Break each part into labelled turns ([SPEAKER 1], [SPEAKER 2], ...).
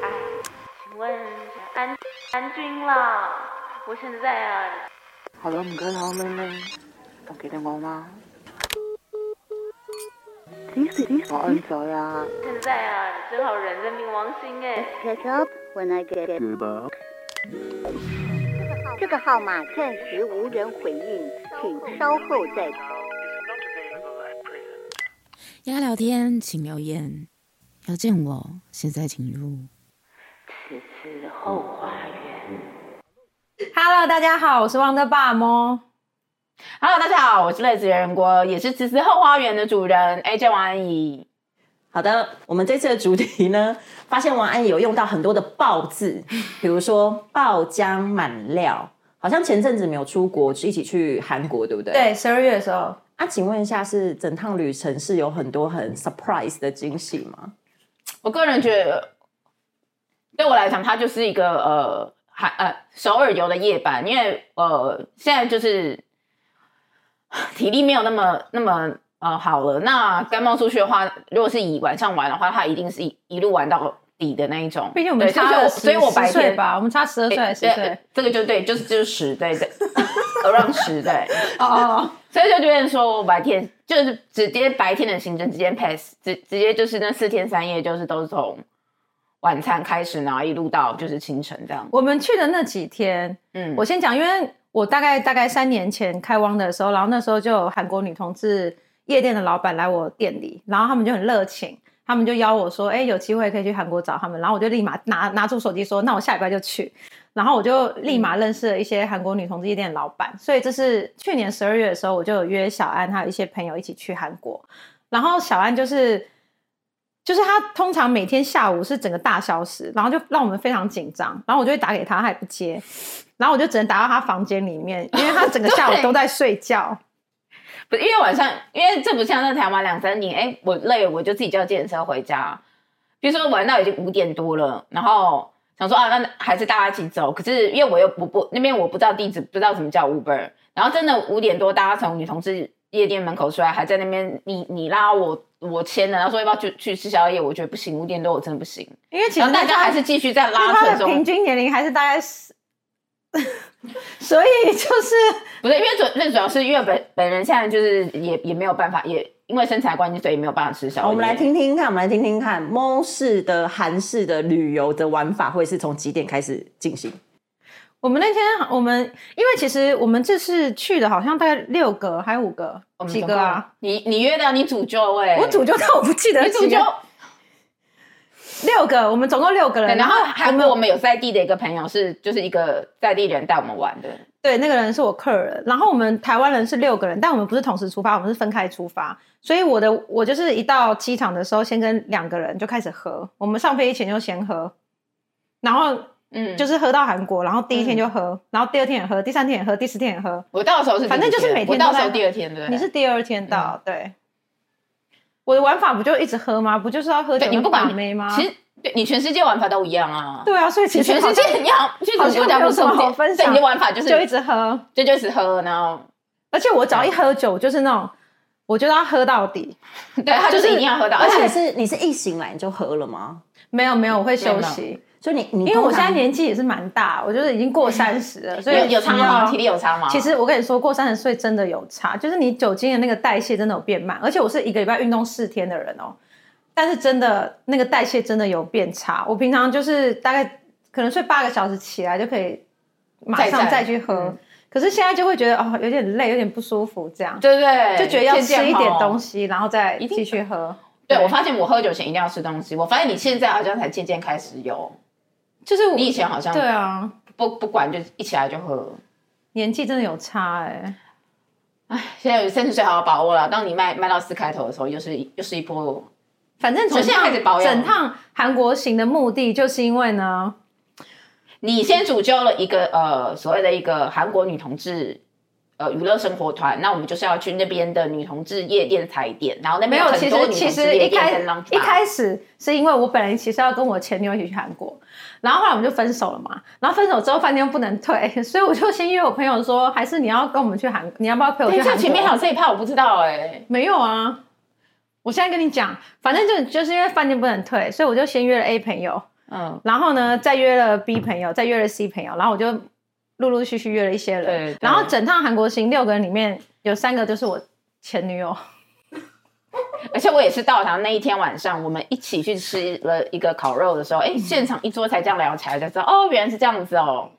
[SPEAKER 1] 哎，请问安安君啦，我现在啊，
[SPEAKER 2] 好了，唔該口妹妹，仲記得我嗎？
[SPEAKER 3] This is
[SPEAKER 2] 我安咗呀，
[SPEAKER 1] 现在啊，正好人在冥王星哎。
[SPEAKER 3] pick up when I get it。这个号码暂时无人回应，请稍后再。
[SPEAKER 4] 要聊天请留言，要见我现在请入。
[SPEAKER 5] Hello，大家好，我是旺的爸妈。
[SPEAKER 6] Hello，大家好，我是来自人国，也是此次后花园的主人 AJ 王安怡。
[SPEAKER 7] 好的，我们这次的主题呢，发现王安有用到很多的“爆”字，比如说爆浆满料，好像前阵子没有出国，一起去韩国，对不对？。
[SPEAKER 5] 对，十二月的时候，
[SPEAKER 7] 啊，请问一下，是整趟旅程是有很多很 surprise 的惊喜吗？
[SPEAKER 6] 我个人觉得，对我来讲，它就是一个呃，还呃首尔游的夜班，因为呃现在就是 体力没有那么那么呃好了。那干冒出去的话，如果是以晚上玩的话，它一定是一一路玩到底的那一种。
[SPEAKER 5] 毕竟我们
[SPEAKER 6] 对所以
[SPEAKER 5] 差
[SPEAKER 6] 我
[SPEAKER 5] 了
[SPEAKER 6] 所以我白
[SPEAKER 5] 10岁
[SPEAKER 6] 天
[SPEAKER 5] 吧，我们差十二岁还是十
[SPEAKER 6] 对
[SPEAKER 5] 岁？
[SPEAKER 6] 哎这个就对，就是就是十对 对，around 十对。
[SPEAKER 5] 哦哦，
[SPEAKER 6] 所以就觉得说，我白天就是直接白天的行程直接 pass，直直接就是那四天三夜，就是都是从晚餐开始，然后一路到就是清晨这样。
[SPEAKER 5] 我们去的那几天，
[SPEAKER 6] 嗯，
[SPEAKER 5] 我先讲，因为我大概大概三年前开汪的时候，然后那时候就有韩国女同志夜店的老板来我店里，然后他们就很热情，他们就邀我说，哎、有机会可以去韩国找他们，然后我就立马拿拿出手机说，那我下礼拜就去，然后我就立
[SPEAKER 6] 嗯
[SPEAKER 5] 马认识了一些韩国女同志夜店的老板，所以这是去年十二月的时候，我就有约小安还有一些朋友一起去韩国，然后小安就是。就是他通常每天下午是整个大消失，然后就让我们非常紧张，然后我就会打给他，他也不接，然后我就只能打到他房间里面，因为他整个下午
[SPEAKER 6] 对
[SPEAKER 5] 都在睡觉。
[SPEAKER 6] 不是因为晚上，因为这不像在台湾两三点，哎、我累了我就自己叫健身车回家。比如说玩到已经五点多了，然后想说啊，那还是大家一起走。可是因为我又不不那边我不知道地址，不知道怎么叫 Uber。然后真的五点多，大家从女同志夜店门口出来，还在那边你你拉我我牵的，然后说要不要去去吃宵夜？我觉得不行，五点多我真的不行。
[SPEAKER 5] 因为其
[SPEAKER 6] 然
[SPEAKER 5] 实
[SPEAKER 6] 后大
[SPEAKER 5] 那
[SPEAKER 6] 家
[SPEAKER 5] 他
[SPEAKER 6] 还是继续在
[SPEAKER 5] 因为
[SPEAKER 6] 拉
[SPEAKER 5] 他
[SPEAKER 6] 扯
[SPEAKER 5] 的平
[SPEAKER 6] 中，
[SPEAKER 5] 均年龄还是大概是， 所以就是
[SPEAKER 6] 不是因为主最主要是因为本本人现在就是也也没有办法，也因为身材关系，所以没有办法吃宵夜。
[SPEAKER 7] 好，我们来听听看，我们来听听看，猫式的韩式的旅游的玩法会是从几点开始进行？
[SPEAKER 5] 我们那天我们因为其实我们这次去的好像大概六个还五个
[SPEAKER 6] 我们
[SPEAKER 5] 几
[SPEAKER 6] 总
[SPEAKER 5] 个
[SPEAKER 6] 共
[SPEAKER 5] 啊？？
[SPEAKER 6] 你你约的啊，你主就哎、
[SPEAKER 5] 我主就但我不记得
[SPEAKER 6] 你主
[SPEAKER 5] 几
[SPEAKER 6] 就
[SPEAKER 5] 个，六个，我们总共六个
[SPEAKER 6] 对，
[SPEAKER 5] 人，
[SPEAKER 6] 然后
[SPEAKER 5] 我
[SPEAKER 6] 韩
[SPEAKER 5] 们
[SPEAKER 6] 国我们有在地的一个朋友是，就是一个在地人带我们玩的，
[SPEAKER 5] 对，那个人是我客人，然后我们台湾人是六个人，但我们不是同时出发，我们是分开出发。所以我的我就是一到机场的时候，先跟两个人就开始喝，我们上飞机前就先喝，然后
[SPEAKER 6] 嗯，
[SPEAKER 5] 就是是喝到韩国，然后第一天就喝，然后第二天也喝，第三天也喝，第四天也喝。
[SPEAKER 6] 我到的时候是第一
[SPEAKER 5] 反正就是每天
[SPEAKER 6] 我
[SPEAKER 5] 都
[SPEAKER 6] 到
[SPEAKER 5] 在
[SPEAKER 6] 的时候第二天对不对？嗯
[SPEAKER 5] 你是第二天到，对。我的玩法不就一直喝吗？不就是要喝酒
[SPEAKER 6] 对，你
[SPEAKER 5] 跟
[SPEAKER 6] 不管
[SPEAKER 5] 把妹吗？
[SPEAKER 6] 其实对你全世界玩法都一样啊，
[SPEAKER 5] 对啊，所以其
[SPEAKER 6] 你
[SPEAKER 5] 实
[SPEAKER 6] 全世
[SPEAKER 5] 好像
[SPEAKER 6] 界一样，去
[SPEAKER 5] 好
[SPEAKER 6] 什么国
[SPEAKER 5] 像
[SPEAKER 6] 家
[SPEAKER 5] 没
[SPEAKER 6] 不
[SPEAKER 5] 有
[SPEAKER 6] 是
[SPEAKER 5] 什么好分
[SPEAKER 6] 对
[SPEAKER 5] 享
[SPEAKER 6] 你的玩法就是
[SPEAKER 5] 就一直喝。
[SPEAKER 6] 就就是喝，然后
[SPEAKER 5] 而且我只要一喝酒，就是那种我就要喝到底。
[SPEAKER 6] 对他就是一定要喝到，
[SPEAKER 7] 而
[SPEAKER 6] 而且
[SPEAKER 7] 且是你是一醒来你就喝了吗？
[SPEAKER 5] 没有没有，我会休
[SPEAKER 6] 没有
[SPEAKER 5] 息，
[SPEAKER 7] 所以你你
[SPEAKER 5] 因为我
[SPEAKER 7] 通
[SPEAKER 5] 现在
[SPEAKER 7] 常
[SPEAKER 5] 年纪也是蛮大，我就是已经过三十了，所以
[SPEAKER 6] 有有差吗？体
[SPEAKER 5] 需
[SPEAKER 6] 力
[SPEAKER 5] 要。
[SPEAKER 6] 有差吗？
[SPEAKER 5] 其实我跟你说，过三十岁真的有差，就是你酒精的那个代谢真的有变慢，而且我是一个礼拜运动四天的人哦，但是真的那个代谢真的有变差。我平常就是大概可能睡八个小时起来就可以马
[SPEAKER 6] 再
[SPEAKER 5] 上
[SPEAKER 6] 战
[SPEAKER 5] 再去喝，
[SPEAKER 6] 嗯
[SPEAKER 5] 可是现在就会觉得哦有点累，有点不舒服，这样
[SPEAKER 6] 对对，
[SPEAKER 5] 就觉得要吃一点东
[SPEAKER 6] 西。
[SPEAKER 5] 西，然后再
[SPEAKER 6] 一定
[SPEAKER 5] 继续喝。
[SPEAKER 6] 对，我发现我喝酒前一定要吃东西。我发现你现在好像才渐渐开始有，
[SPEAKER 5] 就是我
[SPEAKER 6] 你以前好像
[SPEAKER 5] 对啊，
[SPEAKER 6] 不不管就一起来就喝。
[SPEAKER 5] 年纪真的有差哎、
[SPEAKER 6] 现在有三十岁好好把握了，当你卖卖到四开头的时候，又是又是一波。
[SPEAKER 5] 反正
[SPEAKER 6] 从
[SPEAKER 5] 整
[SPEAKER 6] 现在
[SPEAKER 5] 趟
[SPEAKER 6] 开始保养
[SPEAKER 5] 整趟韩国行的目的就是因为呢，
[SPEAKER 6] 你先主揪了一个呃所谓的一个韩国女同志呃娱乐生活团，那我们就是要去那边的女同志夜店踩点，然后那
[SPEAKER 5] 没
[SPEAKER 6] 边
[SPEAKER 5] 有，
[SPEAKER 6] 很
[SPEAKER 5] 其
[SPEAKER 6] 多
[SPEAKER 5] 实
[SPEAKER 6] 女
[SPEAKER 5] 其
[SPEAKER 6] 同
[SPEAKER 5] 实
[SPEAKER 6] 志
[SPEAKER 5] 一
[SPEAKER 6] 夜店
[SPEAKER 5] 开
[SPEAKER 6] 跟 lounge
[SPEAKER 5] 一
[SPEAKER 6] bar。
[SPEAKER 5] 开始是因为我本来其实要跟我前女友一起去韩国，然后后来我们就分手了嘛，然后分手之后饭店又不能退，所以我就先约我朋友说，还是你要跟我们去韩，你要不要陪我
[SPEAKER 6] 等一
[SPEAKER 5] 去韩
[SPEAKER 6] 下，
[SPEAKER 5] 国？
[SPEAKER 6] 前面还有这一趴我不知道哎、
[SPEAKER 5] 没有啊？我现在跟你讲，反正就就是因为饭店不能退，所以我就先约了 A 朋友，
[SPEAKER 6] 嗯，
[SPEAKER 5] 然后呢再约了 B 朋友，再约了 C 朋友，然后我就陆陆续续约了一些人。
[SPEAKER 6] 对对
[SPEAKER 5] 然后整趟韩国行六个人里面有三个就是我前女友，
[SPEAKER 6] 而且我也是到场那一天晚上，我们一起去吃了一个烤肉的时候，哎，现场一桌才这样聊起来，才知道哦，原来是这样子哦。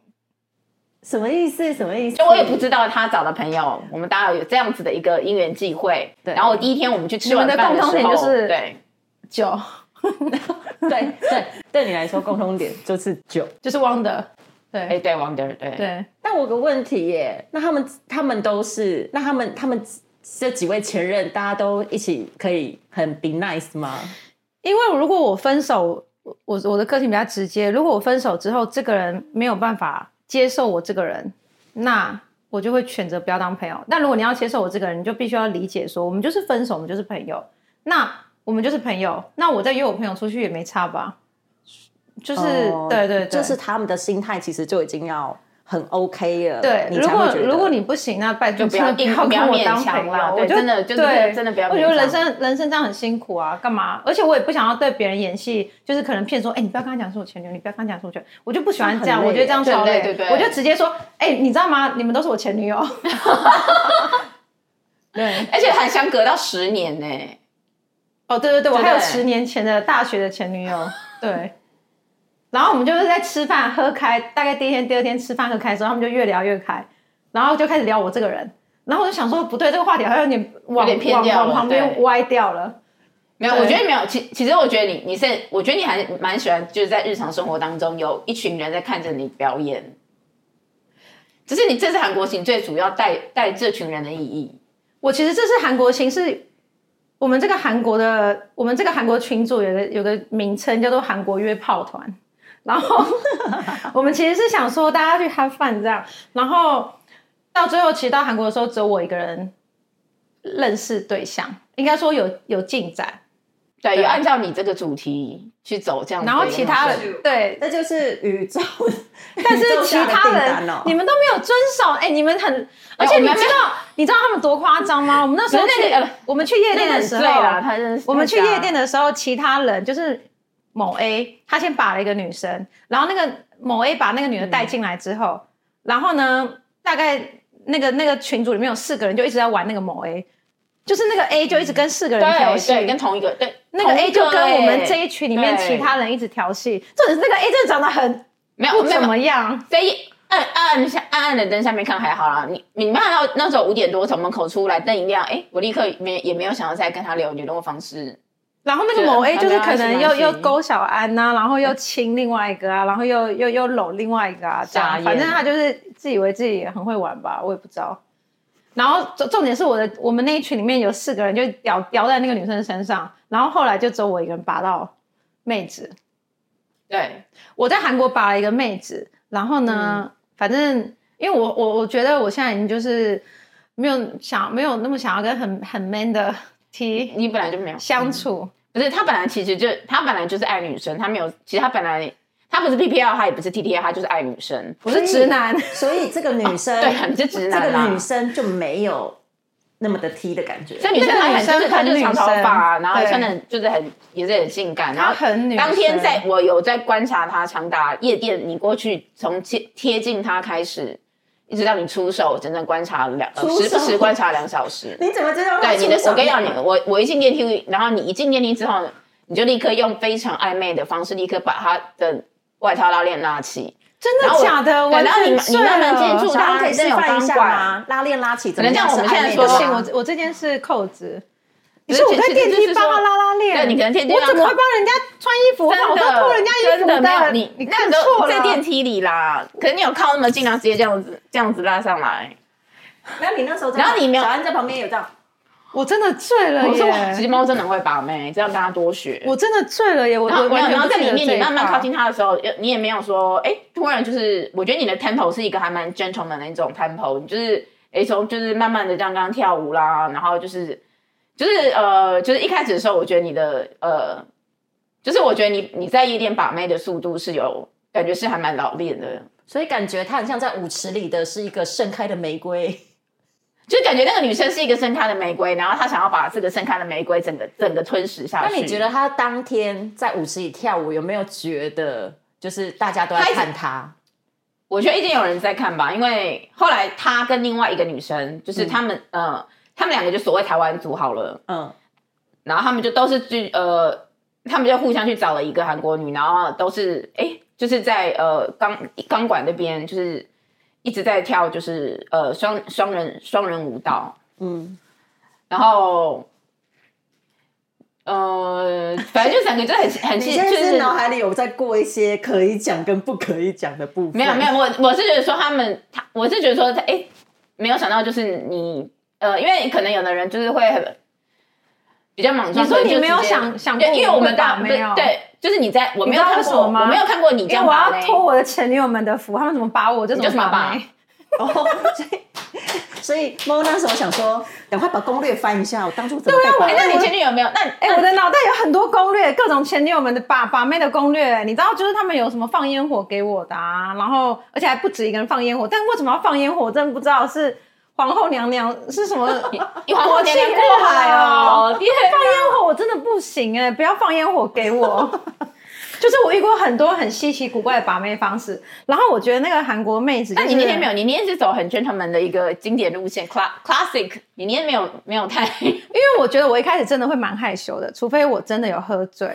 [SPEAKER 7] 什么意思？什么意思？
[SPEAKER 6] 就我也不知道他找的朋友，我们大家有这样子的一个因缘际会。
[SPEAKER 7] 对
[SPEAKER 6] 然后我第一天我们去吃完
[SPEAKER 5] 你们的
[SPEAKER 6] 饭时候，
[SPEAKER 5] 共同点就是
[SPEAKER 6] 对，
[SPEAKER 5] 九
[SPEAKER 7] 对对，对你来说共同点就是酒。
[SPEAKER 5] 就是 Wonder，对、
[SPEAKER 6] 哎，对，Wonder，对，
[SPEAKER 5] 对，
[SPEAKER 7] 但我有个问题耶，那他们他们都是，那他们他们这几位前任，大家都一起可以很 be nice 吗？
[SPEAKER 5] 因为如果我分手，我我我的个性比较直接，如果我分手之后这个人没有办法接受我这个人，那我就会选择不要当朋友。但如果你要接受我这个人，你就必须要理解说，我们就是分手，我们就是朋友，那我们就是朋友，那我再约我朋友出去也没差吧？就是、
[SPEAKER 7] 哦
[SPEAKER 5] 对对对，
[SPEAKER 7] 就是他们的心态其实就已经要很 OK 了。
[SPEAKER 5] 对，
[SPEAKER 7] 你
[SPEAKER 5] 如
[SPEAKER 7] 才会
[SPEAKER 5] 果
[SPEAKER 7] 觉得
[SPEAKER 5] 如果你不行，那拜托
[SPEAKER 6] 就不要
[SPEAKER 5] 真的
[SPEAKER 6] 硬
[SPEAKER 5] 不
[SPEAKER 6] 不
[SPEAKER 5] 要
[SPEAKER 6] 要
[SPEAKER 5] 跟我
[SPEAKER 6] 勉
[SPEAKER 5] 当
[SPEAKER 6] 强
[SPEAKER 5] 朋
[SPEAKER 6] 啦
[SPEAKER 5] 友
[SPEAKER 6] 对
[SPEAKER 5] 我就
[SPEAKER 6] 真的就
[SPEAKER 5] 对，
[SPEAKER 6] 真的不要
[SPEAKER 5] 我觉得
[SPEAKER 6] 勉
[SPEAKER 5] 人
[SPEAKER 6] 强
[SPEAKER 5] 生人生这样很辛苦啊，干嘛？而且我也不想要对别人演戏，就是可能骗说，哎，你不要跟他讲是我前女友，你不要跟他讲是我前女友，我就不喜欢这样，
[SPEAKER 7] 这样很累
[SPEAKER 5] 我觉得这样超累，
[SPEAKER 6] 对对对对
[SPEAKER 5] 我就直接说，哎，你知道吗？你们都是我前 女友。 对，
[SPEAKER 6] 而且还相隔到十年呢、
[SPEAKER 5] 哦，对对对，我
[SPEAKER 6] 对
[SPEAKER 5] 还有
[SPEAKER 6] 对
[SPEAKER 5] 十年前的大学的前女友，对。然后我们就是在吃饭喝开，大概第一天、第二天吃饭喝开的时候，他们就越聊越开，然后就开始聊我这个人，然后我就想说不对，这个话题好像有点往
[SPEAKER 6] 有点偏掉
[SPEAKER 5] 往
[SPEAKER 6] 了
[SPEAKER 5] 往旁边
[SPEAKER 6] 对
[SPEAKER 5] 歪掉了。
[SPEAKER 6] 没有，
[SPEAKER 5] 对
[SPEAKER 6] 我觉得没有。其其实我觉得你你是，我觉得你还蛮喜欢，就是在日常生活当中有一群人在看着你表演。只是你这次韩国行最主要带带这群人的意义，
[SPEAKER 5] 我其实这是韩国情是我们这个韩国的，我们这个韩国群组有个有个名称叫做韩国约炮团，然后 我们其实是想说大家去吃饭这样，然后到最后其实到韩国的时候只有我一个人认识对象，应该说有有进展，
[SPEAKER 6] 对，
[SPEAKER 5] 对
[SPEAKER 6] 有按照你这个主题去走这样子
[SPEAKER 5] 然
[SPEAKER 6] 的一个
[SPEAKER 5] 后
[SPEAKER 6] 路
[SPEAKER 5] 其
[SPEAKER 6] 线。
[SPEAKER 5] 他人对
[SPEAKER 7] 这就是宇宙，
[SPEAKER 5] 但是
[SPEAKER 7] 宇宙
[SPEAKER 5] 其
[SPEAKER 7] 下的
[SPEAKER 5] 他
[SPEAKER 7] 订单
[SPEAKER 5] 人、
[SPEAKER 7] 哦
[SPEAKER 5] 你们都没有遵守，哎、你们很，而且
[SPEAKER 6] 我
[SPEAKER 5] 你
[SPEAKER 6] 们
[SPEAKER 5] 知
[SPEAKER 6] 没有
[SPEAKER 5] 道你知道他们多夸张吗？我们那时候
[SPEAKER 6] 可是那
[SPEAKER 5] 去，
[SPEAKER 6] 个呃
[SPEAKER 5] 我们去
[SPEAKER 6] 真
[SPEAKER 5] 夜店
[SPEAKER 6] 的
[SPEAKER 5] 的
[SPEAKER 6] 很
[SPEAKER 5] 时
[SPEAKER 6] 醉
[SPEAKER 5] 候，
[SPEAKER 6] 啦，他真的是
[SPEAKER 5] 我们去夜店
[SPEAKER 6] 的，
[SPEAKER 5] 的时候，其他人就是某 A，他先把了一个女生，然后那个某 A 把那个女的带进来之后，
[SPEAKER 6] 嗯
[SPEAKER 5] 然后呢，大概那个那个群组里面有四个人就一直在玩那个某 A，就是那个 A 就一直跟四个人调
[SPEAKER 6] 嗯对
[SPEAKER 5] 戏，
[SPEAKER 6] 对，跟同一个欸对
[SPEAKER 5] 那个 A 就跟我们这
[SPEAKER 6] 一
[SPEAKER 5] 一群里面
[SPEAKER 6] 对啊
[SPEAKER 5] 其他人一直调戏，重点是那个 A 真的长得很
[SPEAKER 6] 没有
[SPEAKER 5] 不
[SPEAKER 6] 没有
[SPEAKER 5] 怎么样，
[SPEAKER 6] 非暗暗下暗暗的灯下面看还好啦。你你们看到那时候五点多从门口出来，灯一亮，哎，我立刻没也没有想要再跟他聊联络方式。
[SPEAKER 5] 然后那个某 A 就是可能又
[SPEAKER 6] 对
[SPEAKER 5] 又勾小 安呐、然后又亲另外一个啊，然后又又又搂另外一个啊，这
[SPEAKER 6] 傻
[SPEAKER 5] 样，
[SPEAKER 6] 眼
[SPEAKER 5] 反正他就是自以为自己很会玩吧，我也不知道。然后重重点是我的，我们那一群里面有四个人就屌屌在那个女生身上，然后后来就只有我一个人拔到妹子。
[SPEAKER 6] 对，
[SPEAKER 5] 我在韩国拔了一个妹子，然后呢，
[SPEAKER 6] 嗯
[SPEAKER 5] 反正因为我我我觉得我现在已经就是没有想没有那么想要跟很很 man 的 T
[SPEAKER 6] 你本来就没有
[SPEAKER 5] 相处，
[SPEAKER 6] 不是他本来其实就他本来就是爱女生，他没有，其实他本来他不是 P P L，他也不是 T T L，他就是爱女生。
[SPEAKER 5] 我是直男。
[SPEAKER 7] 所以这个女生、
[SPEAKER 6] 对你是直男
[SPEAKER 7] 这
[SPEAKER 6] 啦
[SPEAKER 7] 个女生就没有那么的 T 的感觉。
[SPEAKER 6] 这女生她很就是她就是长头发，啊然后
[SPEAKER 5] 对
[SPEAKER 6] 穿的就是很也是很性感，然
[SPEAKER 5] 她
[SPEAKER 6] 后
[SPEAKER 5] 很女生。
[SPEAKER 6] 当天在我有在观察她长达夜店，你过去从贴贴近她开始，一直到你出手，整整观察了两呃
[SPEAKER 7] 出手
[SPEAKER 6] 时不时观察两小 时。
[SPEAKER 7] 你怎么知道她
[SPEAKER 6] 对你的，
[SPEAKER 7] 出手
[SPEAKER 6] 我跟你讲，你我我一进电梯，然后你一进电梯之后，你就立刻用非常暧昧的方式，立刻把她的外套拉链拉起，
[SPEAKER 5] 真
[SPEAKER 6] 然后
[SPEAKER 5] 的
[SPEAKER 6] 我
[SPEAKER 5] 假的？
[SPEAKER 6] 对
[SPEAKER 5] 我
[SPEAKER 6] 然后你
[SPEAKER 5] 真的
[SPEAKER 6] 你慢慢
[SPEAKER 5] 醉了
[SPEAKER 6] 接触
[SPEAKER 7] 大家可以示范
[SPEAKER 6] 真
[SPEAKER 7] 一
[SPEAKER 6] 的有
[SPEAKER 7] 下
[SPEAKER 6] 钢管
[SPEAKER 7] 吗？拉链拉起，怎
[SPEAKER 6] 可能
[SPEAKER 7] 么样
[SPEAKER 6] 这样我们
[SPEAKER 7] 是暧
[SPEAKER 6] 现在
[SPEAKER 7] 昧
[SPEAKER 6] 说
[SPEAKER 5] 不
[SPEAKER 7] 的
[SPEAKER 6] 的
[SPEAKER 7] 吗
[SPEAKER 6] 话
[SPEAKER 5] 行，我我这件事扣子。
[SPEAKER 6] 不
[SPEAKER 5] 你
[SPEAKER 6] 是
[SPEAKER 5] 说我在
[SPEAKER 6] 其实
[SPEAKER 5] 电
[SPEAKER 6] 就是
[SPEAKER 5] 梯
[SPEAKER 6] 说
[SPEAKER 5] 帮他拉拉链，
[SPEAKER 6] 对你可能电梯
[SPEAKER 5] 我
[SPEAKER 6] 帮
[SPEAKER 5] 怎么
[SPEAKER 6] 他
[SPEAKER 5] 会帮人家穿衣服？我
[SPEAKER 6] 真
[SPEAKER 5] 好
[SPEAKER 6] 的
[SPEAKER 5] 多脱人家衣服
[SPEAKER 6] 真的没有你
[SPEAKER 5] 你，你
[SPEAKER 6] 那
[SPEAKER 5] 看
[SPEAKER 6] 时候
[SPEAKER 5] 错了。
[SPEAKER 6] 在电梯里啦。可是你有靠那么近，然后直接这样子这样子拉上来，
[SPEAKER 7] 然后你那时候在，
[SPEAKER 6] 然后你没有
[SPEAKER 7] 小安在旁边有这样，
[SPEAKER 5] 我真的醉了
[SPEAKER 6] 我说哇其实
[SPEAKER 5] 耶！
[SPEAKER 6] 猫真的很会把妹，这样大家多学。
[SPEAKER 5] 我真的醉了耶！我
[SPEAKER 6] 然后
[SPEAKER 5] 我
[SPEAKER 6] 没有，
[SPEAKER 5] 完全
[SPEAKER 6] 然后
[SPEAKER 5] 不
[SPEAKER 6] 在
[SPEAKER 5] 记
[SPEAKER 6] 里
[SPEAKER 5] 得
[SPEAKER 6] 面
[SPEAKER 5] 这
[SPEAKER 6] 你
[SPEAKER 5] 一
[SPEAKER 6] 慢慢
[SPEAKER 5] 趴
[SPEAKER 6] 靠近他的时候，也你也没有说，哎，突然就是，我觉得你的 tempo 是一个还蛮 gentle 的那种 tempo，你就是哎从就是慢慢的这样刚刚跳舞啦，然后就是就是呃就是一开始的时候，我觉得你的呃，就是我觉得你你在夜店把妹的速度是有感觉是还蛮老练的，
[SPEAKER 7] 所以感觉她很像在舞池里的是一个盛开的玫瑰。
[SPEAKER 6] 就感觉那个女生是一个盛开的玫瑰，然后她想要把这个盛开的玫瑰整个整个吞噬下
[SPEAKER 7] 那
[SPEAKER 6] 去。
[SPEAKER 7] 你觉得他当天在舞池里跳舞，有没有觉得就是大家都在
[SPEAKER 6] 他一直
[SPEAKER 7] 看他？
[SPEAKER 6] 我觉得一定有人在看吧，因为后来他跟另外一个女生，就是他们，呃，他们两个就所谓台湾组好了，
[SPEAKER 7] 嗯，
[SPEAKER 6] 然后他们就都是去，呃，他们就互相去找了一个韩国女，然后都是，哎、就是在呃钢钢管那边，就是一直在跳，就是呃双双人双人舞蹈，
[SPEAKER 7] 嗯，
[SPEAKER 6] 然后。呃，反正就整个就很很
[SPEAKER 7] 你
[SPEAKER 6] 气，
[SPEAKER 7] 现
[SPEAKER 6] 就
[SPEAKER 7] 在
[SPEAKER 6] 是
[SPEAKER 7] 是脑海里有在过一些可以讲跟不可以讲的部分？
[SPEAKER 6] 没有没有，我我是觉得说他们，他我是觉得说他，哎、没有想到就是你，呃，因为可能有的人就是会很比较莽撞，
[SPEAKER 5] 你说
[SPEAKER 6] 所以
[SPEAKER 5] 你
[SPEAKER 6] 就
[SPEAKER 5] 没有
[SPEAKER 6] 直接
[SPEAKER 5] 想想
[SPEAKER 6] 对
[SPEAKER 5] 过
[SPEAKER 6] 因为
[SPEAKER 5] 我
[SPEAKER 6] 我
[SPEAKER 5] 会
[SPEAKER 6] 们
[SPEAKER 5] 吧
[SPEAKER 6] 大
[SPEAKER 5] 没
[SPEAKER 6] 对
[SPEAKER 5] 有
[SPEAKER 6] 对，就是你在我没有
[SPEAKER 5] 你知道
[SPEAKER 6] 看
[SPEAKER 5] 为什么
[SPEAKER 6] 过，
[SPEAKER 5] 吗
[SPEAKER 6] 我没有看过你这
[SPEAKER 5] 因为
[SPEAKER 6] 样
[SPEAKER 5] 我
[SPEAKER 6] 把
[SPEAKER 5] 要
[SPEAKER 6] 妹，
[SPEAKER 5] 托我的前女友们的福，他们怎么把我，就
[SPEAKER 6] 你就
[SPEAKER 5] 怎
[SPEAKER 6] 怎么把
[SPEAKER 5] 把妹。
[SPEAKER 7] 哦，所以所以 Mo 那时候想说，赶快把攻略翻一下，我当初怎么
[SPEAKER 5] 对啊
[SPEAKER 7] 被
[SPEAKER 5] 我
[SPEAKER 7] 绑
[SPEAKER 6] 哎、那你前女友没有？那
[SPEAKER 5] 哎、我的脑袋有很多攻略，各种前女友们的把把妹的攻略、你知道，就是他们有什么放烟火给我的啊，然后而且还不止一个人放烟火，但为什么要放烟火，我真的不知道是皇后娘娘是什 么
[SPEAKER 6] 皇后娘娘过海哦，天
[SPEAKER 5] 啊放烟火我真的不行哎、不要放烟火给我。 就是我遇过很多很稀奇古怪的把妹方式，然后我觉得那个韩国妹子、就
[SPEAKER 6] 那
[SPEAKER 5] 是，
[SPEAKER 6] 你那天没有？你那天是走很 gentleman 的一个经典路线，cla classic。你那天没有没有 太，
[SPEAKER 5] 因为我觉得我一开始真的会蛮害羞的，除非我真的有喝醉，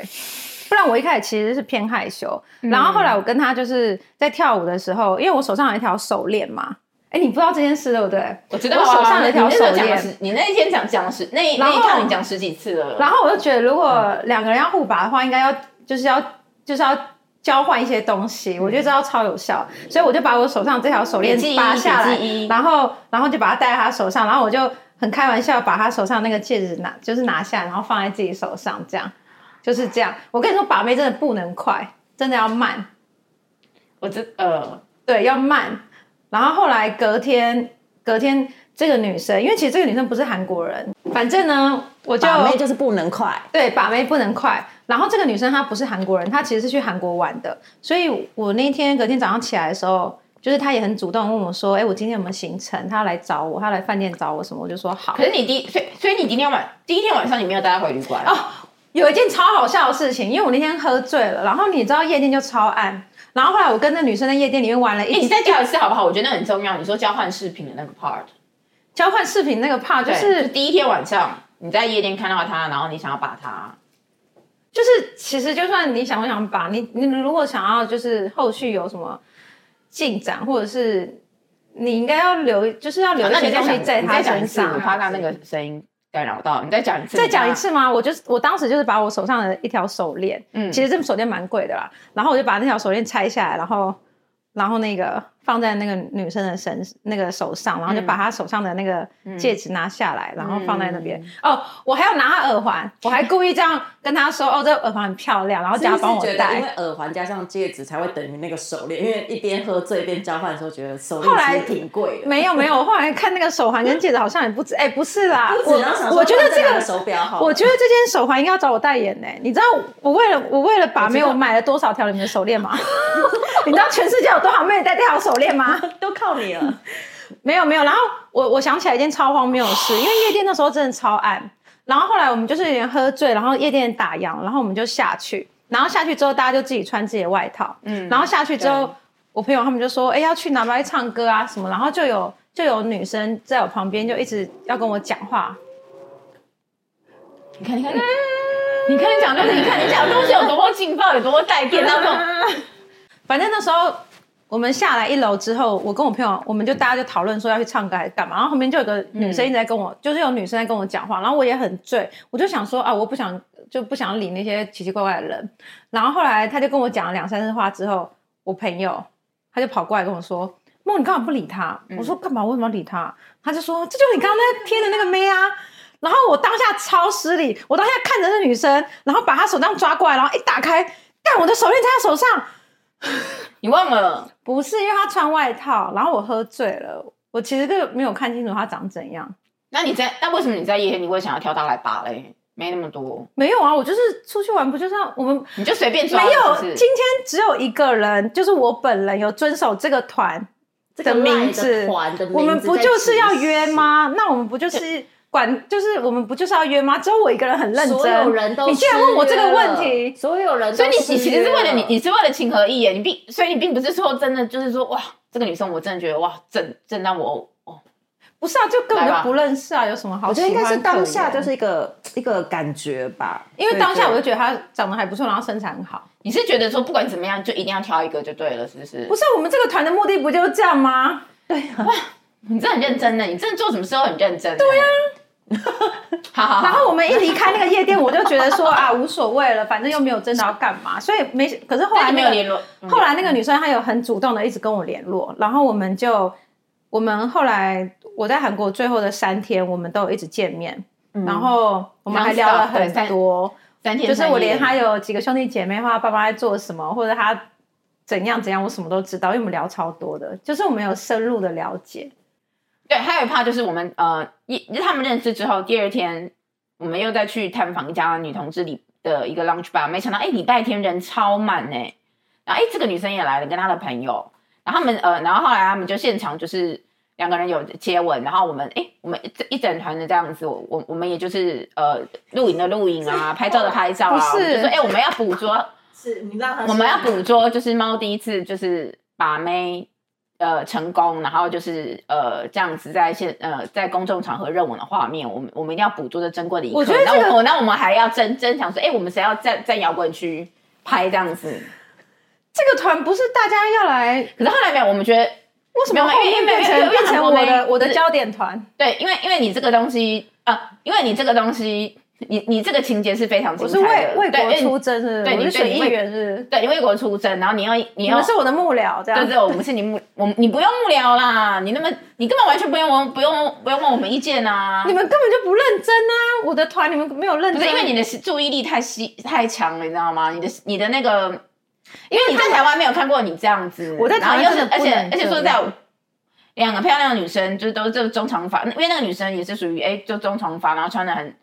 [SPEAKER 5] 不然我一开始其实是偏害羞。然后后来我跟他就是在跳舞的时候，因为我手上有一条手链嘛，哎，你不知道这件事对不对？
[SPEAKER 6] 我知道啊
[SPEAKER 5] 我手上有一
[SPEAKER 6] 你
[SPEAKER 5] 条
[SPEAKER 6] 那时
[SPEAKER 5] 手
[SPEAKER 6] 候讲了
[SPEAKER 5] 链。
[SPEAKER 6] 十，你那一天讲讲了十，那一
[SPEAKER 5] 然
[SPEAKER 6] 那
[SPEAKER 5] 后
[SPEAKER 6] 一趟你讲十几次了。
[SPEAKER 5] 然后我就觉得，如果两个人要互拔的话，应该要就是要就是要交换一些东西，我觉得这要超有效。所以我就把我手上这条手链
[SPEAKER 6] 笔记一
[SPEAKER 5] 拔下来
[SPEAKER 6] 笔记，一
[SPEAKER 5] 然后然后就把它戴在他手上，然后我就很开玩笑把他手上那个戒指拿就是拿下来，然后放在自己手上，这样就是这样。我跟你说，把妹真的不能快，真的要慢，
[SPEAKER 6] 我知呃，
[SPEAKER 5] 对，要慢。然后后来隔天隔天。这个女生，因为其实这个女生不是韩国人，反正呢，我就
[SPEAKER 7] 把妹啊就是不能快，
[SPEAKER 5] 对，把妹不能快。然后这个女生她不是韩国人，她其实是去韩国玩的，所以我那天隔天早上起来的时候，就是她也很主动问我说：“哎，我今天有没有行程？她要来找我，她要来饭店找我什么？”我就说好
[SPEAKER 6] 可。是你第所以所以你今天晚第一天晚上你没有带他回旅馆
[SPEAKER 5] 哦有一件超好笑的事情，因为我那天喝醉了，然后你知道夜店就超暗，然后后来我跟那女生在夜店里面玩了
[SPEAKER 6] 哎、
[SPEAKER 5] 一
[SPEAKER 6] 你再叫一次好不好？我觉得那很重要。你说交换饰品的那个 part，
[SPEAKER 5] 交换视频那个 part，就
[SPEAKER 6] 对
[SPEAKER 5] 是
[SPEAKER 6] 就第一天晚上你在夜店看到他，然后你想要把他，
[SPEAKER 5] 就是其实就算你想不想把你你如果想要就是后续有什么进展，或者是你应该要留，就是要留一
[SPEAKER 6] 那
[SPEAKER 5] 些
[SPEAKER 6] 你再
[SPEAKER 5] 东
[SPEAKER 6] 讲
[SPEAKER 5] 西
[SPEAKER 6] 一
[SPEAKER 5] 在
[SPEAKER 6] 你
[SPEAKER 5] 他
[SPEAKER 6] 再讲一
[SPEAKER 5] 身
[SPEAKER 6] 次，我
[SPEAKER 5] 上。啊
[SPEAKER 6] 怕他那个声音干扰到。你再讲一次，
[SPEAKER 5] 再讲一。次吗？我就是我当时就是把我手上的一条手链，
[SPEAKER 6] 嗯
[SPEAKER 5] 其实这手链蛮贵的啦，然后我就把那条手链拆下来，然后然后那个放在那个女生的身那个手上，然
[SPEAKER 7] 嗯
[SPEAKER 5] 后就把她手上的那个戒指拿下来，然后放在那边。
[SPEAKER 7] 嗯
[SPEAKER 5] 哦，我还要拿她耳环，我还故意这样跟她 说，哦，这耳环很漂亮，然后叫她帮我
[SPEAKER 7] 是不是觉得因为
[SPEAKER 5] 戴。
[SPEAKER 7] 耳环加上戒指才会等于那个手链，因为一边喝醉一边交换的时候，觉得手
[SPEAKER 5] 后来
[SPEAKER 7] 链其实挺贵的。
[SPEAKER 5] 没有没有，我后来看那个手环跟戒指好像也不止，哎、不是啦，
[SPEAKER 7] 不止然后想
[SPEAKER 5] 我
[SPEAKER 7] 说
[SPEAKER 5] 我觉得
[SPEAKER 7] 换
[SPEAKER 5] 这
[SPEAKER 7] 两
[SPEAKER 5] 个
[SPEAKER 7] 手表好了，
[SPEAKER 5] 我觉得这件手环应该要找我代言呢、你知道我为了我为了把妹，我买了多少条你们的手链吗？ 你知道全世界有多少妹戴这条手链吗？
[SPEAKER 7] 都靠你了。
[SPEAKER 5] 没有没有。然后我我想起来一件超荒谬的事，因为夜店那时候真的超暗。然后后来我们就是有点喝醉，然后夜店打烊，然后我们就下去。然后下去之后，大家就自己穿自己的外套。嗯。然后下去之后
[SPEAKER 6] 对，
[SPEAKER 5] 我朋友他们就说：“哎，要去哪边唱歌啊什么？”然后就有就有女生在我旁边就一直要跟我讲话，
[SPEAKER 6] 你看，你看，你你看你讲东西，你看你讲东西有多么劲爆，有多么带电，那种
[SPEAKER 5] 反正那时候我们下来一楼之后，我跟我朋友，我们就大家就讨论说要去唱歌还是干嘛。然后后面就有个女生一直在跟我，就是有女生在跟我讲话，然后我也很醉，我就想说啊，我不想就不想理那些奇奇怪怪的人。然后后来他就跟我讲了两三句话之后，我朋友他就跑过来跟我说。梦，你干嘛不理他？我说干嘛？为什么要理他？他就说这就是你刚刚那贴的那个妹啊。然后我当下超失礼，我当下看着那女生，然后把她手这样抓过来，然后一打开，但我的手链在她手上，
[SPEAKER 6] 你忘了？
[SPEAKER 5] 不是，因为他穿外套，然后我喝醉了，我其实根本没有看清楚他长怎样。
[SPEAKER 6] 那你在那为什么你在夜店你会想要挑他来拔嘞？没那么多，
[SPEAKER 5] 没有啊，我就是出去玩，不就是要我们
[SPEAKER 6] 你就随便抓
[SPEAKER 5] 没
[SPEAKER 6] 了。
[SPEAKER 5] 有？
[SPEAKER 6] 是不
[SPEAKER 5] 今
[SPEAKER 6] 是
[SPEAKER 5] 天只有一个人，就是我本人有遵守这个团
[SPEAKER 7] 这个
[SPEAKER 5] 名
[SPEAKER 7] line 的
[SPEAKER 5] 字
[SPEAKER 7] 团的名字，
[SPEAKER 5] 我们不就是要约？吗？那我们不就是管，就是我们不就是要约吗？只有我一个人很认真，
[SPEAKER 7] 所有人都
[SPEAKER 5] 你居然问我这个问
[SPEAKER 7] 失约了
[SPEAKER 5] 题，
[SPEAKER 7] 所有人都
[SPEAKER 6] 所以你
[SPEAKER 7] 失
[SPEAKER 6] 你其实是为了你
[SPEAKER 7] 约，
[SPEAKER 6] 你是为了情和义耶，你并所以你并不是说真的就是说哇，这个女生我真的觉得哇，正正让我哦，
[SPEAKER 5] 不是啊，就根本
[SPEAKER 6] 来
[SPEAKER 5] 就
[SPEAKER 6] 吧
[SPEAKER 5] 不认识啊，有什么好
[SPEAKER 7] 我
[SPEAKER 5] 喜
[SPEAKER 7] 觉得
[SPEAKER 5] 欢
[SPEAKER 7] 应
[SPEAKER 5] 可言？
[SPEAKER 7] 该是当下就是一个一个感觉吧，
[SPEAKER 5] 因为当下我就
[SPEAKER 7] 对
[SPEAKER 5] 觉得她长得还不错，然后身材很好。
[SPEAKER 6] 你是觉得说不管怎么样就一定要挑一个就对了，是不是？
[SPEAKER 5] 不是啊我们这个团的目的不就是这样吗？
[SPEAKER 6] 你真的很认真呢，你真的做什么事都很认真。 对呀、好好好，
[SPEAKER 5] 啊然后我们一离开那个夜店，我就觉得说 啊无所谓了，反正又没有真的要干嘛，所以没。可是后
[SPEAKER 6] 但
[SPEAKER 5] 来
[SPEAKER 6] 是没
[SPEAKER 5] 那
[SPEAKER 6] 有
[SPEAKER 5] 个
[SPEAKER 6] 联络，嗯
[SPEAKER 5] 后来那个女生她有很主动的一直跟我联络，然后我们就我们后来我在韩国最后的三天，我们都有一直见面，
[SPEAKER 6] 嗯
[SPEAKER 5] 然后我们还聊了
[SPEAKER 6] Non-stop，对啊
[SPEAKER 5] 很多，
[SPEAKER 6] 三天
[SPEAKER 5] 就是
[SPEAKER 6] 三夜
[SPEAKER 5] 我连她有几个兄弟姐妹，或她爸爸在做什么，或者她怎样怎样，我什么都知道，因为我们聊超多的，就是我们有深入的了解。
[SPEAKER 6] 对，还有一趴就是我们呃，一他们认识之后，第二天我们又再去探访一家女同志里的一个 lunch bar，没想到哎，礼拜天人超满呢、然后哎，这个女生也来了，跟她的朋友，然后他们呃，然后后来他们就现场就是两个人有接吻，然后我们哎，我们一整一整团的这样子，我我我们也就是呃，录影的录影啊，拍照的拍照啊，
[SPEAKER 5] 不是
[SPEAKER 6] 我们就说哎，我们要捕捉。
[SPEAKER 7] 是你让他
[SPEAKER 6] 我们要捕捉，就是猫第一次就是把妹，呃，成功，然后就是呃这样子在现呃在公众场合热吻的画面，我们我们一定要捕捉这珍贵的一刻。
[SPEAKER 5] 我觉得这个
[SPEAKER 6] 那我那我们还要争争抢说，哎、我们谁要在在摇滚区拍这样子？
[SPEAKER 5] 这个团不是大家要来，
[SPEAKER 6] 可是后来没有，我们觉得为
[SPEAKER 5] 为什么后面变成变成我的我的焦点团？
[SPEAKER 6] 对，因为因为你这个东西啊，因为你这个东西，你你这个情节是非常精
[SPEAKER 5] 我是
[SPEAKER 6] 彩
[SPEAKER 5] 为
[SPEAKER 6] 的，
[SPEAKER 5] 为
[SPEAKER 6] 对
[SPEAKER 5] 国，
[SPEAKER 6] 因
[SPEAKER 5] 出
[SPEAKER 6] 为
[SPEAKER 5] 征是不
[SPEAKER 6] 对
[SPEAKER 5] 是，
[SPEAKER 6] 你
[SPEAKER 5] 我是选
[SPEAKER 6] 对你
[SPEAKER 5] 议
[SPEAKER 6] 为
[SPEAKER 5] 员是不是，
[SPEAKER 6] 对，你为国出征，然后你要你
[SPEAKER 5] 你
[SPEAKER 6] 要
[SPEAKER 5] 们是我的幕僚这样
[SPEAKER 6] 对。对，我们是你幕， 我们你不用幕僚啦，你那么你根本完全不用问，不用不用问我们意见啊
[SPEAKER 5] 你。们根本就不认真啊！我的团你们没有认
[SPEAKER 6] 不
[SPEAKER 5] 真，啊
[SPEAKER 6] 是因为你的注意力太吸太强了，你知道吗？你的你的那个，因为你在台湾没有看过你这样子，
[SPEAKER 5] 我在台湾
[SPEAKER 6] 然后又是而
[SPEAKER 5] 真的不
[SPEAKER 6] 且
[SPEAKER 5] 能
[SPEAKER 6] 而且说
[SPEAKER 5] 这
[SPEAKER 6] 在
[SPEAKER 5] 样
[SPEAKER 6] 两个漂亮的女生，就是都是中长发，因为那个女生也是属于哎就中长发，然后穿的很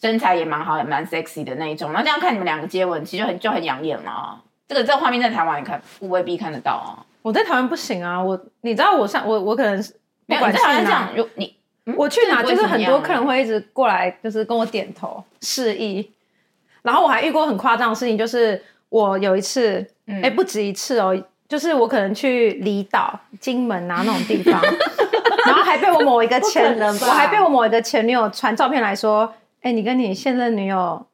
[SPEAKER 6] 身材也蛮好，也蛮 sexy 的那一种，然后这样看你们两个接吻，其实就很就很养眼了啊。这个这个画面在台湾你看未必看得到啊。
[SPEAKER 5] 我在台湾不行啊！我你知道我上我我可能是
[SPEAKER 6] 没
[SPEAKER 5] 不
[SPEAKER 6] 有，
[SPEAKER 5] 管
[SPEAKER 6] 你
[SPEAKER 5] 去
[SPEAKER 6] 在台湾这
[SPEAKER 5] 哪
[SPEAKER 6] 样，，如你嗯
[SPEAKER 5] 我去哪
[SPEAKER 6] 这个不会
[SPEAKER 5] 就是
[SPEAKER 6] 怎么
[SPEAKER 5] 很
[SPEAKER 6] 样
[SPEAKER 5] 多
[SPEAKER 6] 啊
[SPEAKER 5] 客人会一直过来，就是跟我点头示意。然后我还遇过很夸张的事情，就是我有一次，哎、
[SPEAKER 6] 嗯
[SPEAKER 5] 不止一次哦，就是我可能去离岛、金门啊那种地 方，然后还被我某一个
[SPEAKER 7] 不
[SPEAKER 5] 前
[SPEAKER 7] 可，能吧
[SPEAKER 5] 我还被我某一个前女友传照片来说，哎，你跟你现任女友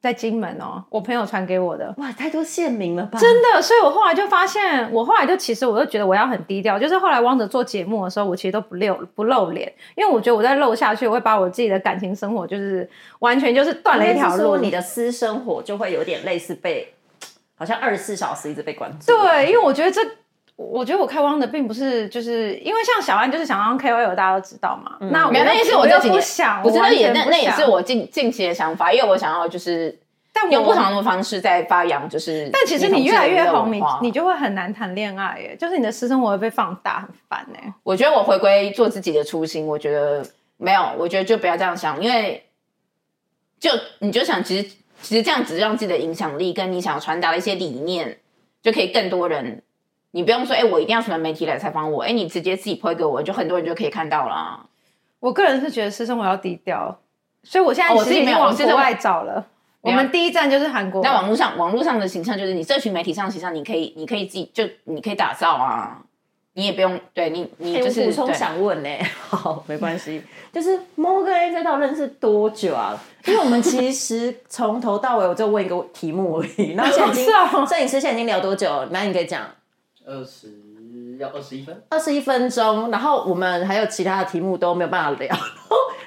[SPEAKER 5] 在金门哦，我朋友传给我的。
[SPEAKER 7] 哇，太多县民了吧？
[SPEAKER 5] 真的，所以我后来就发现，我后来就其实我就觉得我要很低调，就是后来汪哲做节目的时候，我其实都不露不露脸，因为我觉得我再露下去，我会把我自己的感情生活就是完全就是断了一条
[SPEAKER 7] 应该是说
[SPEAKER 5] 路。
[SPEAKER 7] 你的私生活就会有点类似被，好像二十四小时一直被关注。
[SPEAKER 5] 对，因为我觉得这，我觉得我开汪的并不是就是因为像小安就是想当 KOL，大家都知道嘛。那我
[SPEAKER 6] 嗯没有，那也是我
[SPEAKER 5] 我
[SPEAKER 6] 这
[SPEAKER 5] 又
[SPEAKER 6] 几
[SPEAKER 5] 不
[SPEAKER 6] 年
[SPEAKER 5] 想，
[SPEAKER 6] 不是
[SPEAKER 5] 我
[SPEAKER 6] 那
[SPEAKER 5] 完
[SPEAKER 6] 也
[SPEAKER 5] 全
[SPEAKER 6] 那
[SPEAKER 5] 不
[SPEAKER 6] 那也是
[SPEAKER 5] 想，
[SPEAKER 6] 我近近期的想法，因为我想要就是
[SPEAKER 5] 但
[SPEAKER 6] 用
[SPEAKER 5] 我
[SPEAKER 6] 不同的方式在发扬，就是
[SPEAKER 5] 但其实你
[SPEAKER 6] 女同志
[SPEAKER 5] 越来越
[SPEAKER 6] 的
[SPEAKER 5] 红，
[SPEAKER 6] 文
[SPEAKER 5] 你
[SPEAKER 6] 化
[SPEAKER 5] 你就会很难谈恋爱耶，就是你的私生活会被放大，很烦哎。
[SPEAKER 6] 我觉得我回归做自己的初心，我觉得没有，我觉得就不要这样想，因为就你就想，其实其实这样子让自己的影响力跟你想传达的一些理念，就可以更多人。你不用说，哎、我一定要什么媒体来采访我，哎、你直接自己推给我，就很多人就可以看到啊啦。
[SPEAKER 5] 我个人是觉得私生活要低调，所以我现在
[SPEAKER 6] 哦我
[SPEAKER 5] 其实
[SPEAKER 6] 自己
[SPEAKER 5] 已
[SPEAKER 6] 没
[SPEAKER 5] 经
[SPEAKER 6] 有我
[SPEAKER 5] 往
[SPEAKER 6] 是在
[SPEAKER 5] 国
[SPEAKER 6] 网
[SPEAKER 5] 外找了。我
[SPEAKER 6] 没有
[SPEAKER 5] 们第一站就是韩国，
[SPEAKER 6] 在网络上，网络上的形象就是你社群媒体上的形象，你可以，你可以自己就你可以打造啊，你也不用对你，你
[SPEAKER 7] 哎
[SPEAKER 6] 就是、
[SPEAKER 7] 我补充
[SPEAKER 6] 对
[SPEAKER 7] 想问呢、 好，没关系，就是猫跟 A 这道认识多久啊？因为我们其实从头到尾我就问一个题目而已，然后现在已经
[SPEAKER 5] 是哦
[SPEAKER 7] 摄影师现在已经聊多久了？那你可以讲
[SPEAKER 8] 二十要二十一分，
[SPEAKER 7] 二十一分钟，然后我们还有其他的题目都没有办法聊。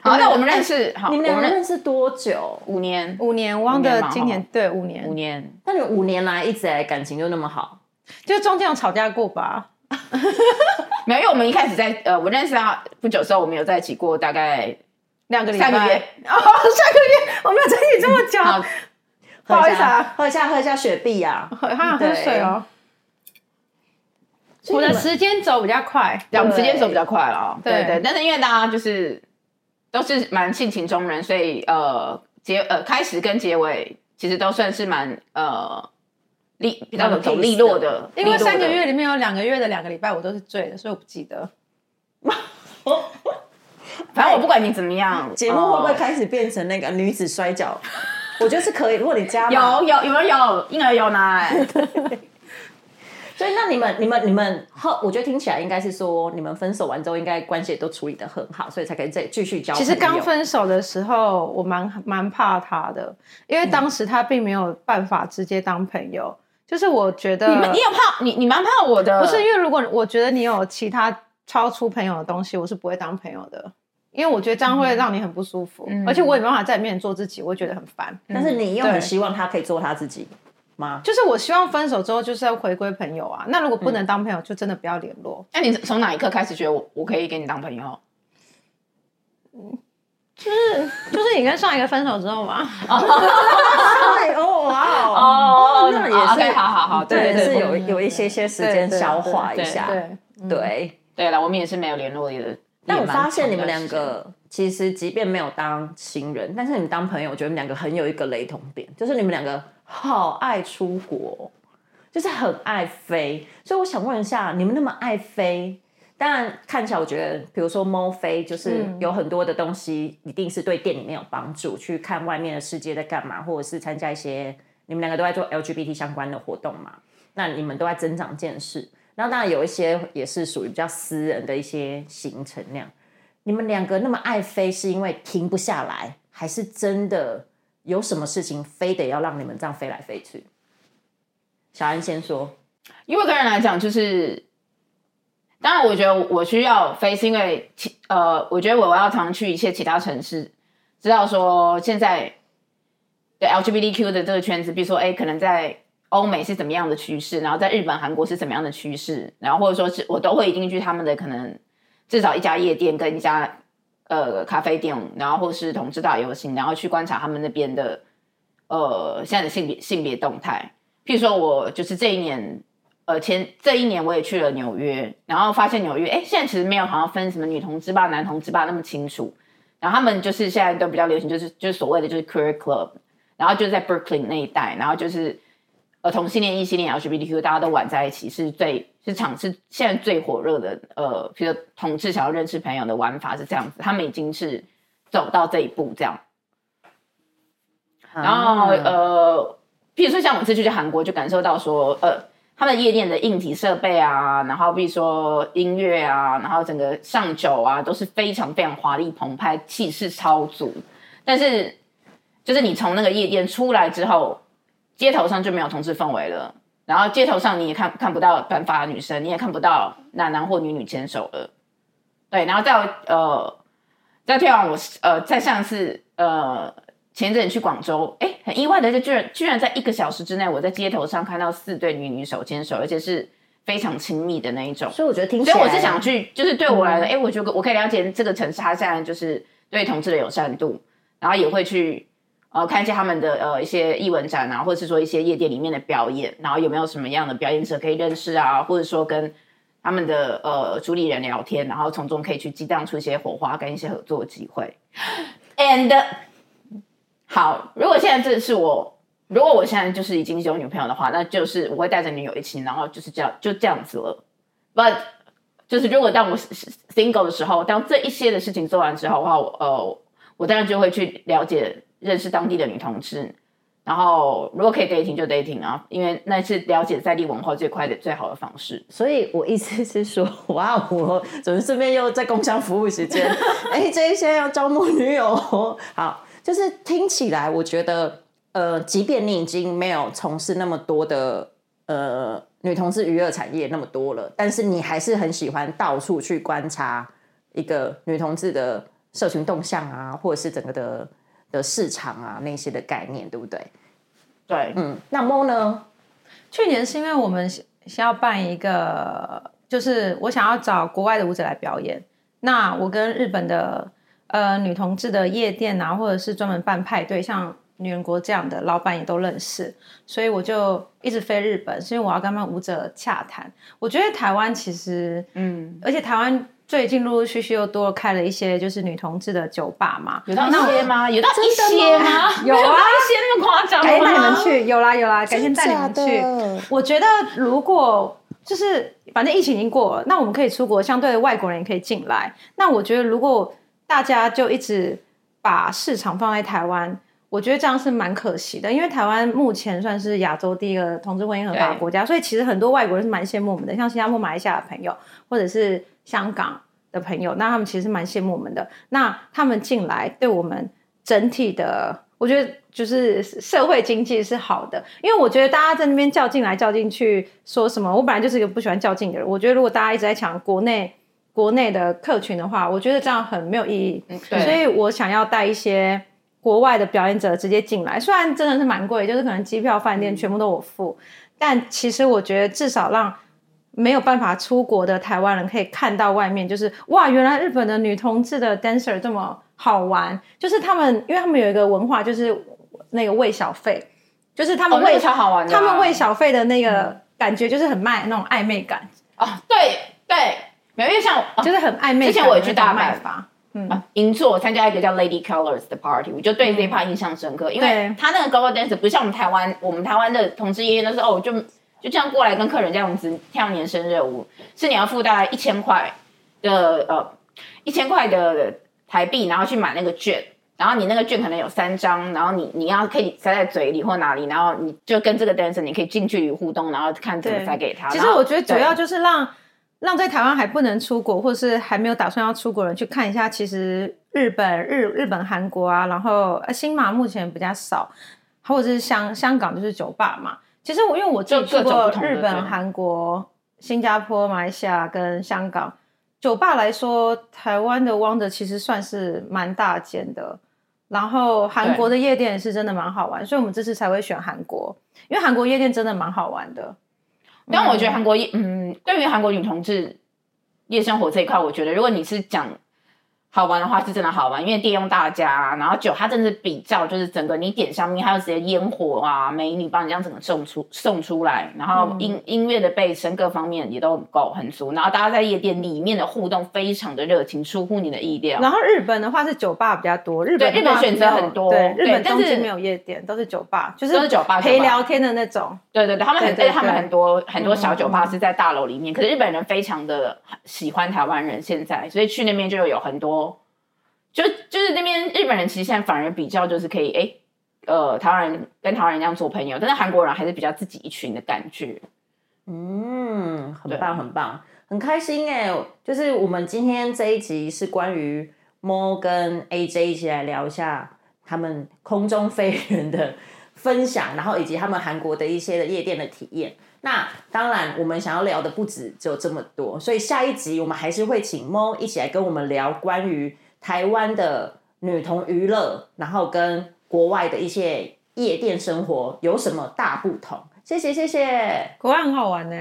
[SPEAKER 6] 好， 那我们认识，好，
[SPEAKER 7] 哎你
[SPEAKER 6] 我
[SPEAKER 7] 们两
[SPEAKER 6] 们
[SPEAKER 7] 个
[SPEAKER 6] 认
[SPEAKER 7] 认识多久？
[SPEAKER 6] 五年，
[SPEAKER 5] 五年，汪的
[SPEAKER 6] 五年嘛
[SPEAKER 5] 今年对五
[SPEAKER 6] 五
[SPEAKER 5] 年，
[SPEAKER 6] 年，
[SPEAKER 7] 那你们五年来一直来感情就那么好？
[SPEAKER 5] 就中间有吵架过吧？
[SPEAKER 6] 没有，因为我们一开始在呃，我认识他不久之后，我们有在一起过大概
[SPEAKER 5] 两个礼拜，
[SPEAKER 6] 三个月
[SPEAKER 5] 哦，三个月，我没有在一起这么久，
[SPEAKER 6] 好
[SPEAKER 5] 不好意思啊，
[SPEAKER 7] 喝一下喝一下雪碧啊！
[SPEAKER 5] 喝还想喝水哦。我的时间走比较快，
[SPEAKER 6] 对，我们时间走比较快了哦。对
[SPEAKER 5] 对
[SPEAKER 6] 对，但是因为大家就是都是蛮性情中人，所以呃结呃开始跟结尾其实都算是蛮呃利比较走利落的，
[SPEAKER 5] 因为
[SPEAKER 6] 利落的
[SPEAKER 5] 三个月里面有两个月的两个礼拜我都是醉的，所以我不记得。
[SPEAKER 6] 反正我不管你怎么样，
[SPEAKER 7] 节目会不会
[SPEAKER 6] 哦
[SPEAKER 7] 开始变成那个女子摔跤？我觉得是可以，如果你加码
[SPEAKER 6] 有有有没有有婴儿有 奶？
[SPEAKER 7] 所以那你们、你们、你们后，我觉得听起来应该是说，你们分手完之后，应该关系也都处理的很好，所以才可以再继续交朋
[SPEAKER 5] 其
[SPEAKER 7] 友。
[SPEAKER 5] 实刚分手的时候，我蛮蛮怕他的，因为
[SPEAKER 6] 嗯
[SPEAKER 5] 当时他并没有办法直接当朋友。就是我觉得
[SPEAKER 6] 你们你有呃怕你你蛮怕我的，
[SPEAKER 5] 不是因为如果我觉得你有其他超出朋友的东西，我是不会当朋友的，因为我觉得这样会让你很不舒服，
[SPEAKER 6] 嗯
[SPEAKER 5] 而且我也没办法在你面前做自己，我会觉得很烦。
[SPEAKER 7] 但是你又很
[SPEAKER 5] 对
[SPEAKER 7] 希望他可以做他自己吗？
[SPEAKER 5] 就是我希望分手之后就是要回归朋友啊，那如果
[SPEAKER 6] 嗯
[SPEAKER 5] 不能当朋友，就真的不要联络。
[SPEAKER 6] 那你从哪一刻开始觉得我我可以跟你当朋友？嗯
[SPEAKER 5] 就是你跟上一个分手之后嘛，
[SPEAKER 7] 对哦，哇哦，
[SPEAKER 6] 哦
[SPEAKER 7] 那也
[SPEAKER 6] 哦
[SPEAKER 7] 是
[SPEAKER 6] ，OK，好好好，对
[SPEAKER 7] 对，
[SPEAKER 6] 对
[SPEAKER 7] 是
[SPEAKER 6] 对
[SPEAKER 7] 有有一些些时间消化一下，
[SPEAKER 5] 对，
[SPEAKER 7] 对。
[SPEAKER 6] 对了，我们也是没有联络的。
[SPEAKER 7] 但我
[SPEAKER 6] 也蛮长
[SPEAKER 7] 发现你们
[SPEAKER 6] 的时间，
[SPEAKER 7] 两个其实即便没有当情人，但是你们当朋友，我觉得你们两个很有一个雷同点，就是你们两个好爱出国，就是很爱飞。所以我想问一下，你们那么爱飞，当然看起来我觉得，比如说猫飞，就是
[SPEAKER 6] 嗯
[SPEAKER 7] 有很多的东西一定是对店里面有帮助，去看外面的世界在干嘛，或者是参加一些你们两个都在做 LGBT 相关的活动嘛。那你们都在增长见识。然后当然有一些也是属于比较私人的一些行程那样。你们两个那么爱飞，是因为停不下来，还是真的有什么事情非得要让你们这样飞来飞去？小安先说，
[SPEAKER 6] 因为个人来讲，就是当然，我觉得我需要飞，是因为其呃，我觉得我要常去一些其他城市，知道说现在对 LGBTQ 的这个圈子，比如说哎，可能在欧美是怎么样的趋势，然后在日本、韩国是怎么样的趋势，然后或者说是我都会一定去他们的可能至少一家夜店跟一家呃咖啡店，然后或是同志大游行，然后去观察他们那边的呃现在的性别性别动态。譬如说我就是这一年呃，前这一年我也去了纽约，然后发现纽约，哎，现在其实没有好像分什么女同志吧、男同志吧那么清楚。然后他们就是现在都比较流行，就是就是所谓的就是 queer club，然后就在 Brooklyn 那一带，然后就是呃同性恋、异性恋、LGBTQ 大家都玩在一起，是最是场是现在最火热的。呃，比如说同志想要认识朋友的玩法是这样子，他们已经是走到这一步这样。然后、
[SPEAKER 7] 啊
[SPEAKER 6] 呃，譬如说像我这次去韩国，就感受到说，呃，他们夜店的硬体设备啊，然后比如说音乐啊，然后整个上酒啊，都是非常非常华丽澎湃，气势超足。但是就是你从那个夜店出来之后，街头上就没有同志氛围了。然后街头上你也看看不到短发的女生，你也看不到男男或女女牵手了。对，然后再呃，再推广我呃，再上次呃前一阵子去广州，哎，很意外的，就居然居然在一个小时之内，我在街头上看到四对女女手牵手，而且是非常亲密的那一种。
[SPEAKER 7] 所以我觉得听起
[SPEAKER 6] 所
[SPEAKER 7] 来，
[SPEAKER 6] 以我是想去，就是对我来说，哎、我觉得我可以了解这个城市它现在就是对同志的友善度，然后也会去呃看一下他们的呃一些艺文展啊，或者是说一些夜店里面的表演，然后有没有什么样的表演者可以认识啊，或者说跟他们的呃主理人聊天，然后从中可以去激荡出一些火花跟一些合作机会。And 好，如果现在这是我。如果我现在就是已经有女朋友的话，那就是我会带着女友一起，然后就是这样就这样子了。But 就是如果当我是是 single 的时候，当这一些的事情做完之后的话，我呃，我当然就会去了解、认识当地的女同志，然后如果可以 dating 就 dating 啊，因为那是了解在地文化最快的、最好的方式。
[SPEAKER 7] 所以我意思是说，哇，哦我怎么顺便又在工商服务时间？ 哎，这一些要招募女友哦，好，就是听起来我觉得，呃，即便你已经没有从事那么多的呃女同志娱乐产业那么多了，但是你还是很喜欢到处去观察一个女同志的社群动向啊，或者是整个的的市场啊那些的概念，对不对？
[SPEAKER 6] 对，
[SPEAKER 7] 嗯，那么呢？
[SPEAKER 5] 去年是因为我们想想要办一个，就是我想要找国外的舞者来表演。那我跟日本的呃女同志的夜店啊，或者是专门办派对，像女人国这样的老板也都认识，所以我就一直飞日本，是因为我要跟他们舞者洽谈。我觉得台湾其实，
[SPEAKER 6] 嗯，
[SPEAKER 5] 而且台湾最近陆陆续续又多开了一些就是女同志的酒吧嘛，
[SPEAKER 6] 有到一些吗？有到一些吗？
[SPEAKER 5] 有啊
[SPEAKER 6] 有到一些那么夸张吗？
[SPEAKER 7] 哎，那你们
[SPEAKER 5] 去，有啦有啦，改天带你们
[SPEAKER 4] 真
[SPEAKER 5] 去
[SPEAKER 4] 假的。
[SPEAKER 5] 我觉得如果就是反正疫情已经过了，那我们可以出国，相对的外国人也可以进来。那我觉得如果大家就一直把市场放在台湾。我觉得这样是蛮可惜的，因为台湾目前算是亚洲第一个同志婚姻合法
[SPEAKER 6] 对
[SPEAKER 5] 国家，所以其实很多外国人是蛮羡慕我们的，像新加坡、马来西亚的朋友，或者是香港的朋友，那他们其实蛮羡慕我们的。那他们进来对我们整体的，我觉得就是社会经济是好的，因为我觉得大家在那边较劲来较劲去说什么，我本来就是一个不喜欢较劲的人。我觉得如果大家一直在抢国内国内的客群的话，我觉得这样很没有意义。
[SPEAKER 6] 对
[SPEAKER 5] 所以我想要带一些国外的表演者直接进来，虽然真的是蛮贵，就是可能机票、饭店全部都我付，但其实我觉得至少让没有办法出国的台湾人可以看到外面，就是哇，原来日本的女同志的 dancer 这么好玩，就是他们，因为他们有一个文化，就是那个喂小费，就是他们
[SPEAKER 6] 哦那
[SPEAKER 5] 喂、
[SPEAKER 6] 个超好玩的啊嗯
[SPEAKER 5] 他们喂小费的那个感觉就是很卖那种暧昧感，
[SPEAKER 6] 哦，对对，没有，因为像哦
[SPEAKER 5] 就是很暧昧感。
[SPEAKER 6] 之前我也去大阪
[SPEAKER 5] 卖法，
[SPEAKER 6] 啊，银座我参加一个叫 Lady Colors 的 party，我就对这一趴印象深刻，因为
[SPEAKER 5] 嗯对
[SPEAKER 6] 他那个 Go Go Dance 不像我们台湾，我们台湾的同志夜店都是哦，我就就这样过来跟客人这样子跳年生热舞，是你要付大概一千块的呃一千块的台币，然后去买那个券。然后你那个券可能有三张，然后你你要可以塞在嘴里或哪里，然后你就跟这个 dancer 你可以近距离互动，然后看怎么
[SPEAKER 5] 对
[SPEAKER 6] 塞给他。
[SPEAKER 5] 其
[SPEAKER 6] 然
[SPEAKER 5] 实
[SPEAKER 6] 后
[SPEAKER 5] 我觉得主
[SPEAKER 6] 对
[SPEAKER 5] 要就是让让在台湾还不能出国，或是还没有打算要出国的人去看一下，其实日本、日日本、韩国啊，然后呃新马目前比较少，或者是香香港就是酒吧嘛。其实我因为我自己
[SPEAKER 6] 就
[SPEAKER 5] 去
[SPEAKER 6] 各种
[SPEAKER 5] 过
[SPEAKER 6] 不同的
[SPEAKER 5] 日
[SPEAKER 6] 对
[SPEAKER 5] 本、韩国、新加坡、马来西亚跟香港酒吧来说，台湾的 Wonder 其实算是蛮大间的。然后韩国的夜店也是真的蛮好玩，所以我们这次才会选韩国，因为韩国夜店真的蛮好玩的。
[SPEAKER 6] 但我觉得韩国夜，嗯，对于韩国女同志夜生活这一块，我觉得如果你是讲好玩的话，是真的好玩，因为利用大家、然后酒它真的是比较就是整个你点香槟，还有直接烟火啊、美女帮你这样整个送出送出来，然后音、音乐的背声各方面也都很够很足，然后大家在夜店里面的互动非常的热情，出乎你的意料。
[SPEAKER 5] 然后日本的话是酒吧比较多，日本
[SPEAKER 6] 对日
[SPEAKER 5] 的
[SPEAKER 6] 本
[SPEAKER 5] 话
[SPEAKER 6] 选择
[SPEAKER 5] 没有
[SPEAKER 6] 很多
[SPEAKER 5] 对，
[SPEAKER 6] 对
[SPEAKER 5] 日本
[SPEAKER 6] 但
[SPEAKER 5] 东京
[SPEAKER 6] 是
[SPEAKER 5] 没有夜店，都是酒吧，就是
[SPEAKER 6] 都是酒吧
[SPEAKER 5] 陪
[SPEAKER 6] 酒吧
[SPEAKER 5] 聊天的那种。
[SPEAKER 6] 对对对，他们很，
[SPEAKER 5] 对对
[SPEAKER 6] 而且他们
[SPEAKER 5] 对嗯
[SPEAKER 6] 很多很多小酒吧是在大楼里面，可是日本人非常的喜欢台湾人，现在所以去那边就有很多，就就是那边日本人其实现在反而比较就是可以哎。呃，台湾人跟台湾人这样做朋友，但是韩国人还是比较自己一群的感觉。
[SPEAKER 7] 嗯，
[SPEAKER 6] 对
[SPEAKER 7] 很棒，很棒，很开心哎、就是我们今天这一集是关于 Mo 跟 AJ 一起来聊一下他们空中飞人的分享，然后以及他们韩国的一些的夜店的体验。那当然，我们想要聊的不止只有这么多，所以下一集我们还是会请 Mo 一起来跟我们聊关于台湾的女童娱乐，然后跟国外的一些夜店生活有什么大不同。谢谢，谢谢。
[SPEAKER 5] 国外很好玩呢、